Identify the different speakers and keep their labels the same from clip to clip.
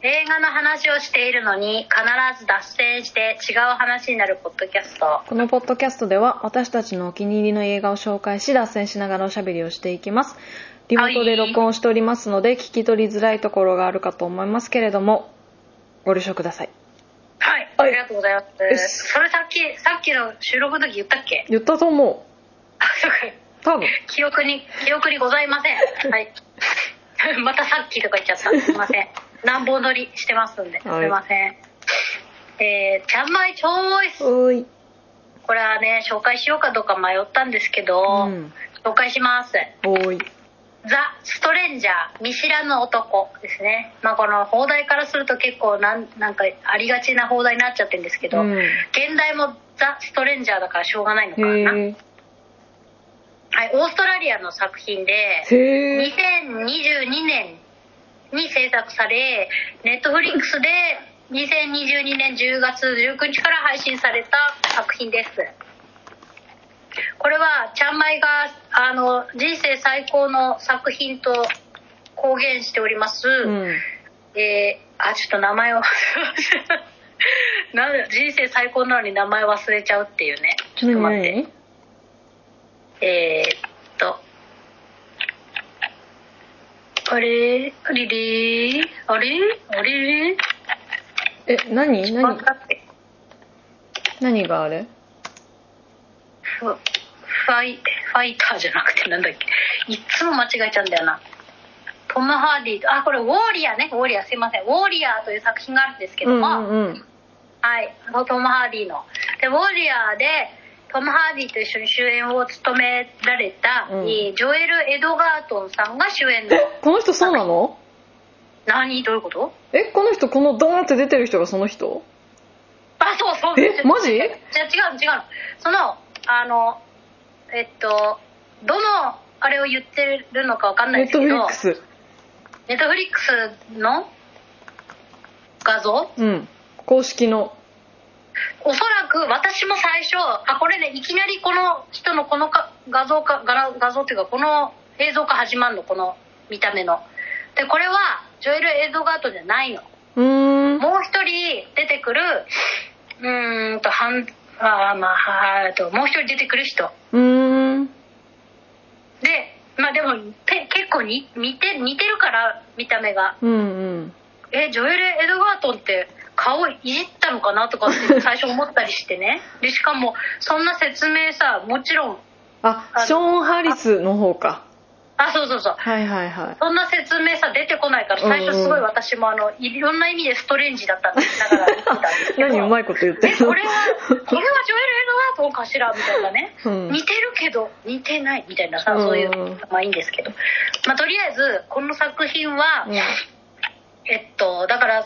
Speaker 1: 映画の話をしているのに必ず脱線して違う話になるポッドキャスト
Speaker 2: このポッドキャストでは私たちのお気に入りの映画を紹介し脱線しながらおしゃべりをしていきますリモートで録音しておりますので聞き取りづらいところがあるかと思いますけれどもご了承ください
Speaker 1: はいあ
Speaker 2: はい
Speaker 1: りがとうございま
Speaker 2: よし
Speaker 1: すそれさっきさっきの収録の時言ったっけ
Speaker 2: 言ったと思
Speaker 1: あそうか
Speaker 2: う多分
Speaker 1: 記憶に記憶にございませんはい またさっきとか言っちゃったすいません乱暴乗りしてますんで、
Speaker 2: はい
Speaker 1: すいませんえー、ちゃんまいちょんおいす
Speaker 2: おい
Speaker 1: これはね紹介しようかどうか迷ったんですけど、
Speaker 2: うん
Speaker 1: 紹介します
Speaker 2: おい
Speaker 1: ザ・ストレンジャー見知らぬ男ですねまあこの放題からすると結構なんなんかありがちな放題になっちゃってるんですけど、
Speaker 2: うん
Speaker 1: 現代もザ・ストレンジャーだからしょうがないのかな、はい、
Speaker 2: へえ
Speaker 1: オーストラリアの作品で
Speaker 2: へえ
Speaker 1: 2022年に制作されネットフリックスで2022年10月19日から配信された作品ですこれはちゃんまいがあの人生最高の作品と公言しております、
Speaker 2: うん
Speaker 1: えーあちょっと名前を なんだ人生最高なのに名前忘れちゃうっていうねちょっと待って
Speaker 2: 何々
Speaker 1: えー、っと。あれあれれあれあれれ
Speaker 2: え何
Speaker 1: あ
Speaker 2: 何
Speaker 1: だって。
Speaker 2: 何があれ
Speaker 1: フファイ、ファイターじゃなくてなんだっけ。いっつも間違えちゃうんだよな。トム・ハーディと、あ、これ、ウォーリアーね。ウォーリアー、すいません。ウォーリアーという作品があるんですけ
Speaker 2: う
Speaker 1: ど
Speaker 2: んう
Speaker 1: も、
Speaker 2: んうん
Speaker 1: はい、トム・ハーディの。で、ウォーリアーで、トム・ハーディと一緒に主演を務められた、
Speaker 2: うん
Speaker 1: えージョエル・エドガートンさんが主演の。
Speaker 2: この人そうなの
Speaker 1: 何どういうこと
Speaker 2: えこの人このドーンって出てる人がその人
Speaker 1: あ、そうそう。
Speaker 2: えマジ
Speaker 1: じゃ違う違う。その、あの、えっと、どの、あれを言ってるのかわかんない
Speaker 2: ネ
Speaker 1: で
Speaker 2: ッ
Speaker 1: すけ
Speaker 2: ト
Speaker 1: ど、
Speaker 2: フリックス
Speaker 1: ネットフリックスの画像
Speaker 2: うん公式の
Speaker 1: おそらく私も最初、あ、これね、いきなりこの人のこのか画像か、画画像っていうか、この映像化始まるの、この見た目の。で、これは、ジョエル・エドガートじゃないの。
Speaker 2: うーん
Speaker 1: もう一人出てくる、うーんと、はん、あーまあ、はーと、もう一人出てくる人。
Speaker 2: うーん
Speaker 1: で、まあでも、て結構に似て、似てるから、見た目が。
Speaker 2: うんうん
Speaker 1: え、ジョエル・エドガートンって顔いじったのかなとかって最初思ったりして ね。で、しかも、そんな説明さ、もちろん、
Speaker 2: あ
Speaker 1: あの
Speaker 2: ショーン・ハリスの方か
Speaker 1: あ、そうそうそう。
Speaker 2: はいはいはい
Speaker 1: そんな説明さ出てこないから、最初すごい私もあの、いろんな意味でストレンジだったんですだから見てたんですけど。
Speaker 2: 何うまいこと言って
Speaker 1: え
Speaker 2: る
Speaker 1: こ
Speaker 2: の
Speaker 1: れはこれはジョエル・エドワートンかしらみたいなね、
Speaker 2: うん
Speaker 1: 似てるけど似てないみたいなさ
Speaker 2: うん
Speaker 1: そういうまあいいんですけど、まあ、とりあえずこの作品は、
Speaker 2: うん
Speaker 1: えっとだから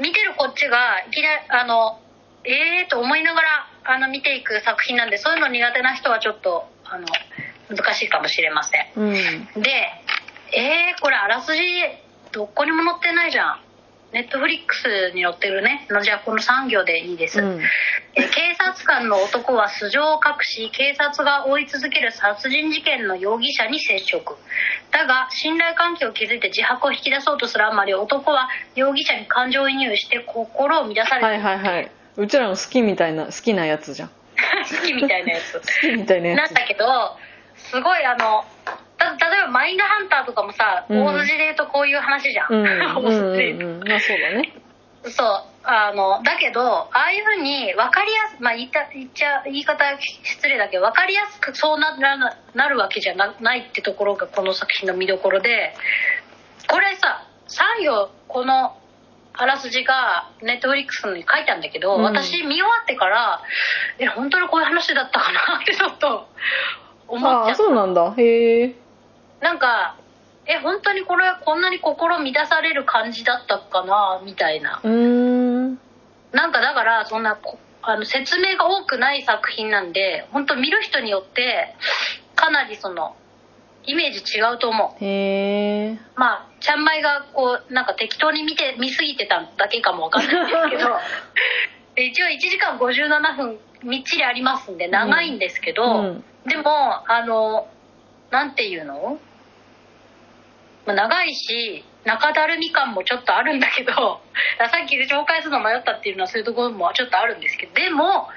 Speaker 1: 見てるこっちがいきなりあのええー、と思いながらあの見ていく作品なんでそういうの苦手な人はちょっとあの難しいかもしれません
Speaker 2: うん
Speaker 1: でえー、これあらすじどこにも載ってないじゃんネットフリックスに載ってるねのじゃあこの3行でいいです、
Speaker 2: うん
Speaker 1: えー警察官の男は素性を隠し警察が追い続ける殺人事件の容疑者に接触だが信頼関係を築いて自白を引き出そうとするあまり男は容疑者に感情移入して心を乱さ
Speaker 2: は
Speaker 1: れ
Speaker 2: いはいはいうちらの好きみたいな好きなやつじゃん好
Speaker 1: て好きみたいなやつ
Speaker 2: きみたいなや
Speaker 1: なん
Speaker 2: つ
Speaker 1: だけどすごいあのた例えば「マインドハンター」とかもさ、
Speaker 2: うん
Speaker 1: 大筋で言うとこういう話じゃん、
Speaker 2: うんうん
Speaker 1: 大筋で言う
Speaker 2: うんうんまあそうだね
Speaker 1: そうあのだけどああいうふうに分かりやすまあ言った言っちゃ言い方失礼だけど分かりやすくそうななななるわけじゃなないってところがこの作品の見どころでこれさ3行このあらすじがネットフリックスに書いたんだけど、
Speaker 2: うん
Speaker 1: 私見終わってからえ本当にこういう話だったかなってちょっと思っちゃっ
Speaker 2: あ
Speaker 1: た
Speaker 2: あそうなんだへえ
Speaker 1: なんか、え、本当にこれ、こんなに心乱される感じだったかな、みたいな。
Speaker 2: うーん
Speaker 1: なんかだから、そんなこ、あの、説明が多くない作品なんで、本当見る人によって、かなりその、イメージ違うと思
Speaker 2: へえ
Speaker 1: う。まあ、ちゃんまいがこう、なんか適当に見て、見すぎてただけかもわかんないんですけ ど、で一応1時間57分みっちりありますんで、長いんですけど、
Speaker 2: うん
Speaker 1: でもあのなんていうのまあ長いし中だるみ感もちょっとあるんだけど さっき紹介するの迷ったっていうのはそういうところもちょっとあるんですけどでも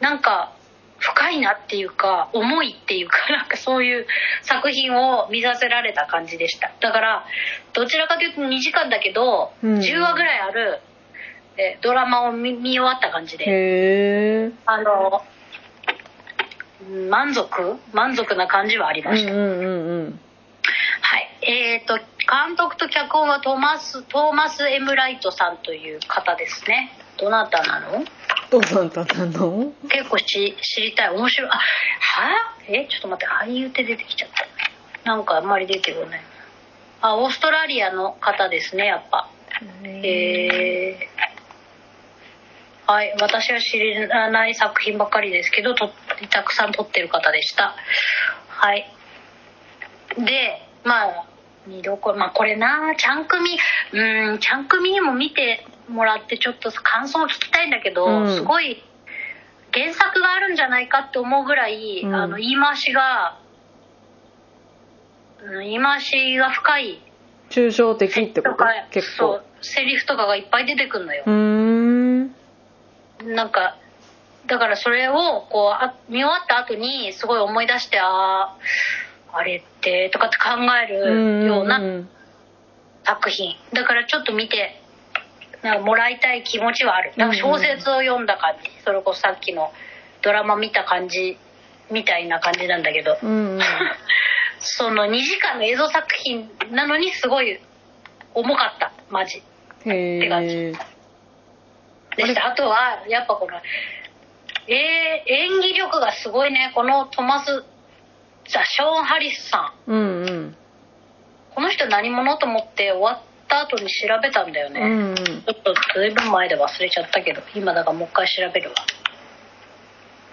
Speaker 1: なんか深いなっていうか重いっていうか なんかそういう作品を見させられた感じでしただからどちらかというと2時間だけど、
Speaker 2: うん
Speaker 1: 10話ぐらいあるえドラマを見見終わった感じで
Speaker 2: へえ
Speaker 1: あのうん満足満足な感じはあり
Speaker 2: う
Speaker 1: ま
Speaker 2: ん
Speaker 1: した、
Speaker 2: うんうんうん
Speaker 1: はい。えっ、と、監督と脚本はトーマス、トーマス・エム・ライトさんという方ですね。どなたなの
Speaker 2: どうなんだったの
Speaker 1: 結構し知りたい。面白い。あ、はえ、ちょっと待って、俳優って出てきちゃった。なんかあんまり出てこない。あ、オーストラリアの方ですね、やっぱ。えーはい、私は知らない作品ばかりですけどとたくさん撮ってる方でしたはいでまあ見どころまあこれなちゃん組うんちゃん組にも見てもらってちょっと感想を聞きたいんだけど、
Speaker 2: うん
Speaker 1: すごい原作があるんじゃないかって思うぐらい、
Speaker 2: うん
Speaker 1: あの言い回しが、うん、言い回しが深い
Speaker 2: 抽象的ってこと
Speaker 1: とか
Speaker 2: 結
Speaker 1: そ
Speaker 2: 構
Speaker 1: うセリフとかがいっぱい出てくるのよ
Speaker 2: う、ーん
Speaker 1: なんかだからそれをこうあ見終わった後にすごい思い出してあああれってとかって考え
Speaker 2: うん
Speaker 1: るよう
Speaker 2: う
Speaker 1: なん作品、だからちょっと見てなんかもらいたい気持ちはあるなんか小説を読んだ感じ、それこそさっきのドラマ見た感じみたいな感じなんだけど
Speaker 2: うんうん
Speaker 1: その2時間の映像作品なのにすごい重かったマジって感
Speaker 2: へえ
Speaker 1: でしたあとはやっぱこの、えー演技力がすごいねこのトマス・ザ・ショーン・ハリスさん
Speaker 2: うんうん
Speaker 1: この人何者と思って終わった後に調べたんだよ
Speaker 2: う
Speaker 1: ね、
Speaker 2: んうん
Speaker 1: ちょっとずいぶん前で忘れちゃったけど今だからもう一回調べるわ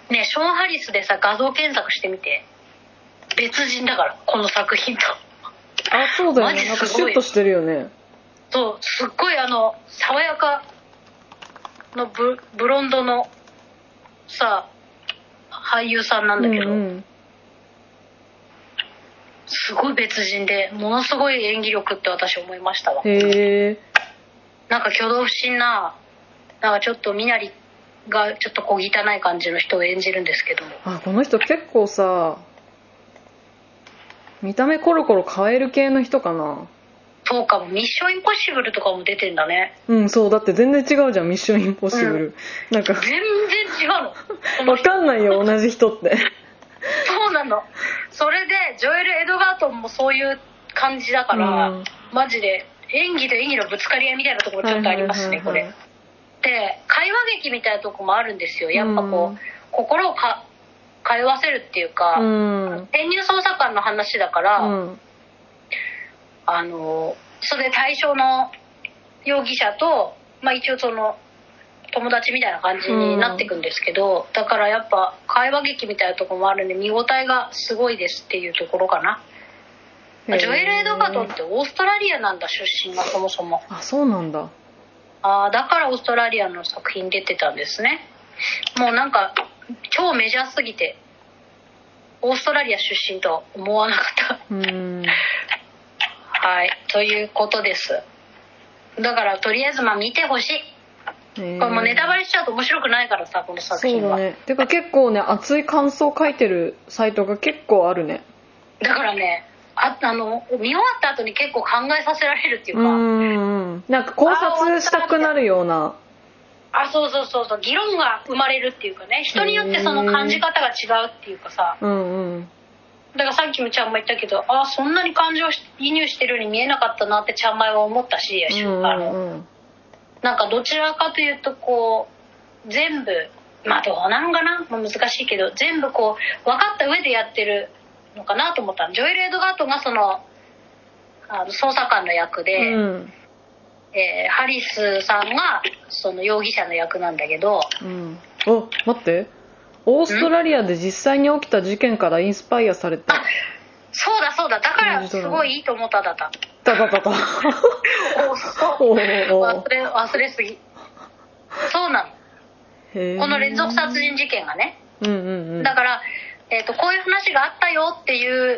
Speaker 1: ねえショーン・ハリスでさ画像検索してみて別人だからこの作品と
Speaker 2: あそうだよ
Speaker 1: マ
Speaker 2: ね
Speaker 1: ジ
Speaker 2: なんか
Speaker 1: す
Speaker 2: シ
Speaker 1: ごい
Speaker 2: ュッとしてるよね
Speaker 1: そうすっごいあの爽やかのブブロンドのさ俳優さんなんだけど、
Speaker 2: うん
Speaker 1: すごい別人でものすごい演技力って私思いましたわ
Speaker 2: うん、へえ
Speaker 1: なんか挙動不審ななんかちょっと身なりがちょっと小汚い感じの人を演じるんですけど
Speaker 2: あこの人結構さ見た目コロコロ変える系の人かな
Speaker 1: そうかも「ミッションインポッシブル」とかも出てんだね
Speaker 2: うんそうだって全然違うじゃん「ミッションインポッシブル」なんか
Speaker 1: 全然違う のこの
Speaker 2: わ
Speaker 1: 人
Speaker 2: かんないよ同じ人って
Speaker 1: そうなのそれでジョエル・エドガートンもそういう感じだから、
Speaker 2: うん
Speaker 1: マジで演技と演技のぶつかり合いみたいなところちょっとありますね
Speaker 2: はい
Speaker 1: こ
Speaker 2: はいはい
Speaker 1: れ
Speaker 2: はい
Speaker 1: で会話劇みたいなとこもあるんですよやっぱこう、
Speaker 2: うん
Speaker 1: 心をか通わせるっていうか、
Speaker 2: うん
Speaker 1: 潜入捜査官の話だから、
Speaker 2: うん
Speaker 1: あのそれで対象の容疑者と、まあ、一応その友達みたいな感じになっていくんですけど、だからやっぱ会話劇みたいなとこもあるんで見応えがすごいですっていうところかな、
Speaker 2: へー
Speaker 1: ジョエル・エドガートンってオーストラリアなんだ出身がそもそも
Speaker 2: あそうなんだ
Speaker 1: ああだからオーストラリアの作品出てたんですねもうなんか超メジャーすぎてオーストラリア出身とは思わなかった
Speaker 2: うん
Speaker 1: はい、ということです。だからとりあえずまあ見てほしい。
Speaker 2: これ
Speaker 1: これもうネタバレしちゃうと面白くないからさこの作
Speaker 2: そう
Speaker 1: 品
Speaker 2: だ
Speaker 1: は。
Speaker 2: ねてか結構ね熱い感想書いてるサイトが結構あるね
Speaker 1: だからね、ああの見終わった後に結構考えさせられるっていう
Speaker 2: う
Speaker 1: か、
Speaker 2: んうんなんか考察したくなるような
Speaker 1: あそうそうそうそう議論が生まれるっていうかね、人によってその感じ方が違うっていうかさ、
Speaker 2: うんうん
Speaker 1: だからさっきもちゃんも言ったけど、あそんなに感情移入してるように見えなかったなってちゃんまいは思ったし、
Speaker 2: う
Speaker 1: あ
Speaker 2: ん
Speaker 1: の
Speaker 2: うんうん
Speaker 1: なんかどちらかというとこう全部まあどうなんかな、まあ、難しいけど全部こう分かった上でやってるのかなと思ったのジョエル・エドガートンがそのあの捜査官の役で、
Speaker 2: うん
Speaker 1: えーハリスさんがその容疑者の役なんだけど
Speaker 2: うん、お待ってオーストラリアで実際に起きた事件からインスパイアされた
Speaker 1: そうだそうだだからすごいいいと思っただった
Speaker 2: タタタタ
Speaker 1: おそう
Speaker 2: おーおー
Speaker 1: 忘れ忘れすぎそうな
Speaker 2: へー
Speaker 1: のこの連続殺人事件がね
Speaker 2: うんうんうん
Speaker 1: だから、えー、とこういう話があったよっていう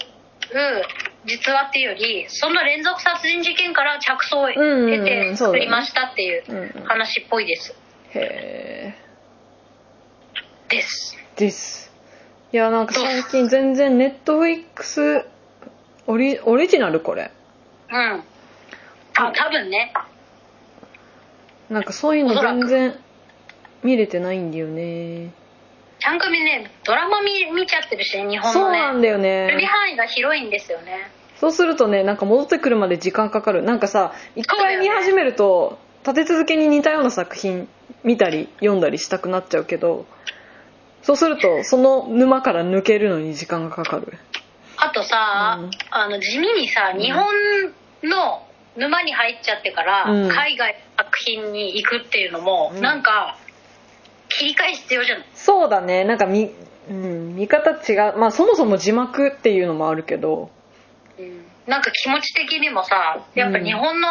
Speaker 1: 実話っていうよりその連続殺人事件から着想を
Speaker 2: うんうんうん
Speaker 1: 得て
Speaker 2: そうだ
Speaker 1: 作
Speaker 2: ね
Speaker 1: りましたっていう
Speaker 2: うんうん
Speaker 1: 話っぽいです、
Speaker 2: へえ
Speaker 1: です
Speaker 2: ですいやなんか最近全然ネットフリックスオリオリジナルこれ
Speaker 1: うんあ多分ね
Speaker 2: なんかそういう
Speaker 1: お
Speaker 2: の
Speaker 1: そら
Speaker 2: 全
Speaker 1: く
Speaker 2: 然見れてないんだよね
Speaker 1: ちゃん組ねドラマ見見ちゃってるしね日本
Speaker 2: そう
Speaker 1: の
Speaker 2: なん
Speaker 1: ね
Speaker 2: だよ
Speaker 1: 守備
Speaker 2: ね
Speaker 1: 範囲が広いんですよね
Speaker 2: そうするとねなんか戻ってくるまで時間かかるなんかさ一
Speaker 1: そうだ
Speaker 2: 回
Speaker 1: よ
Speaker 2: 見
Speaker 1: ね
Speaker 2: 始めると立て続けに似たような作品見たり読んだりしたくなっちゃうけどそうするとその沼から抜けるのに時間がかかる
Speaker 1: あとさ、
Speaker 2: うん
Speaker 1: あの地味にさ日本の沼に入っちゃってから、
Speaker 2: うん
Speaker 1: 海外の作品に行くっていうのも、
Speaker 2: うん
Speaker 1: なんか切り替え必要じゃない
Speaker 2: そうだねなんか見,、うん、見方違うまあそもそも字幕っていうのもあるけど
Speaker 1: なんか気持ち的にもさやっぱ日本の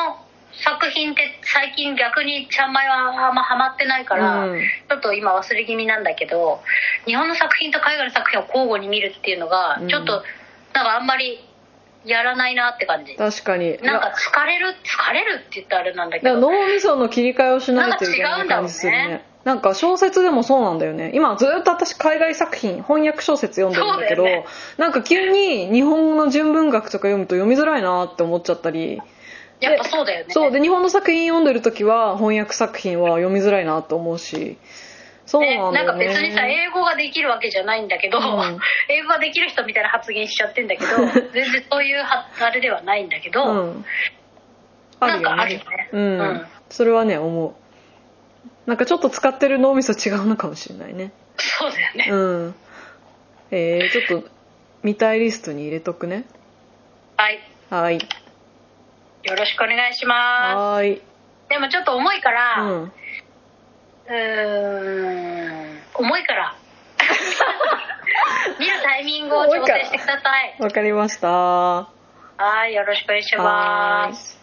Speaker 1: 作品って最近逆にちゃんまいはあんまハマってないから、
Speaker 2: うん
Speaker 1: ちょっと今忘れ気味なんだけど日本の作品と海外の作品を交互に見るっていうのが
Speaker 2: うん
Speaker 1: ちょっとなんかあんまりやらないなって感じ、
Speaker 2: 確かに
Speaker 1: なん
Speaker 2: い
Speaker 1: か疲れる疲れるって言ったらあれなんだけ
Speaker 2: やだから
Speaker 1: ど
Speaker 2: 脳みその切り替えをしないといけない感じするね
Speaker 1: なんか違うんだろう
Speaker 2: なんか小説でもそうなんだよね今ずっと私海外作品翻訳小説読んでるんだけど
Speaker 1: そうだよね
Speaker 2: なんか急に日本語の純文学とか読むと読みづらいなって思っちゃったり
Speaker 1: やっぱそうだよね
Speaker 2: そうで日本の作品読んでる時は翻訳作品は読みづらいなと思うしそう
Speaker 1: ね
Speaker 2: なんだ
Speaker 1: なんか
Speaker 2: よね
Speaker 1: 別にさ英語ができるわけじゃないんだけど、
Speaker 2: うん
Speaker 1: 英語ができる人みたいな発言しちゃってんだけど全然そういうはあれではないんだけど、
Speaker 2: うん、あるよね
Speaker 1: なんかあるよね
Speaker 2: うん、
Speaker 1: うん
Speaker 2: それはね思うなんかちょっと使ってる脳みそ違うのかもしれないね
Speaker 1: そうだよね、
Speaker 2: うんえー、ちょっと見たいリストに入れとくね
Speaker 1: はい
Speaker 2: はい
Speaker 1: よろしくお願いしま
Speaker 2: はーい
Speaker 1: すでもちょっと重いから
Speaker 2: う
Speaker 1: うんーん重いから 見るタイミングを調整してください
Speaker 2: わかりましたは
Speaker 1: はいよろしくお願いします
Speaker 2: ーい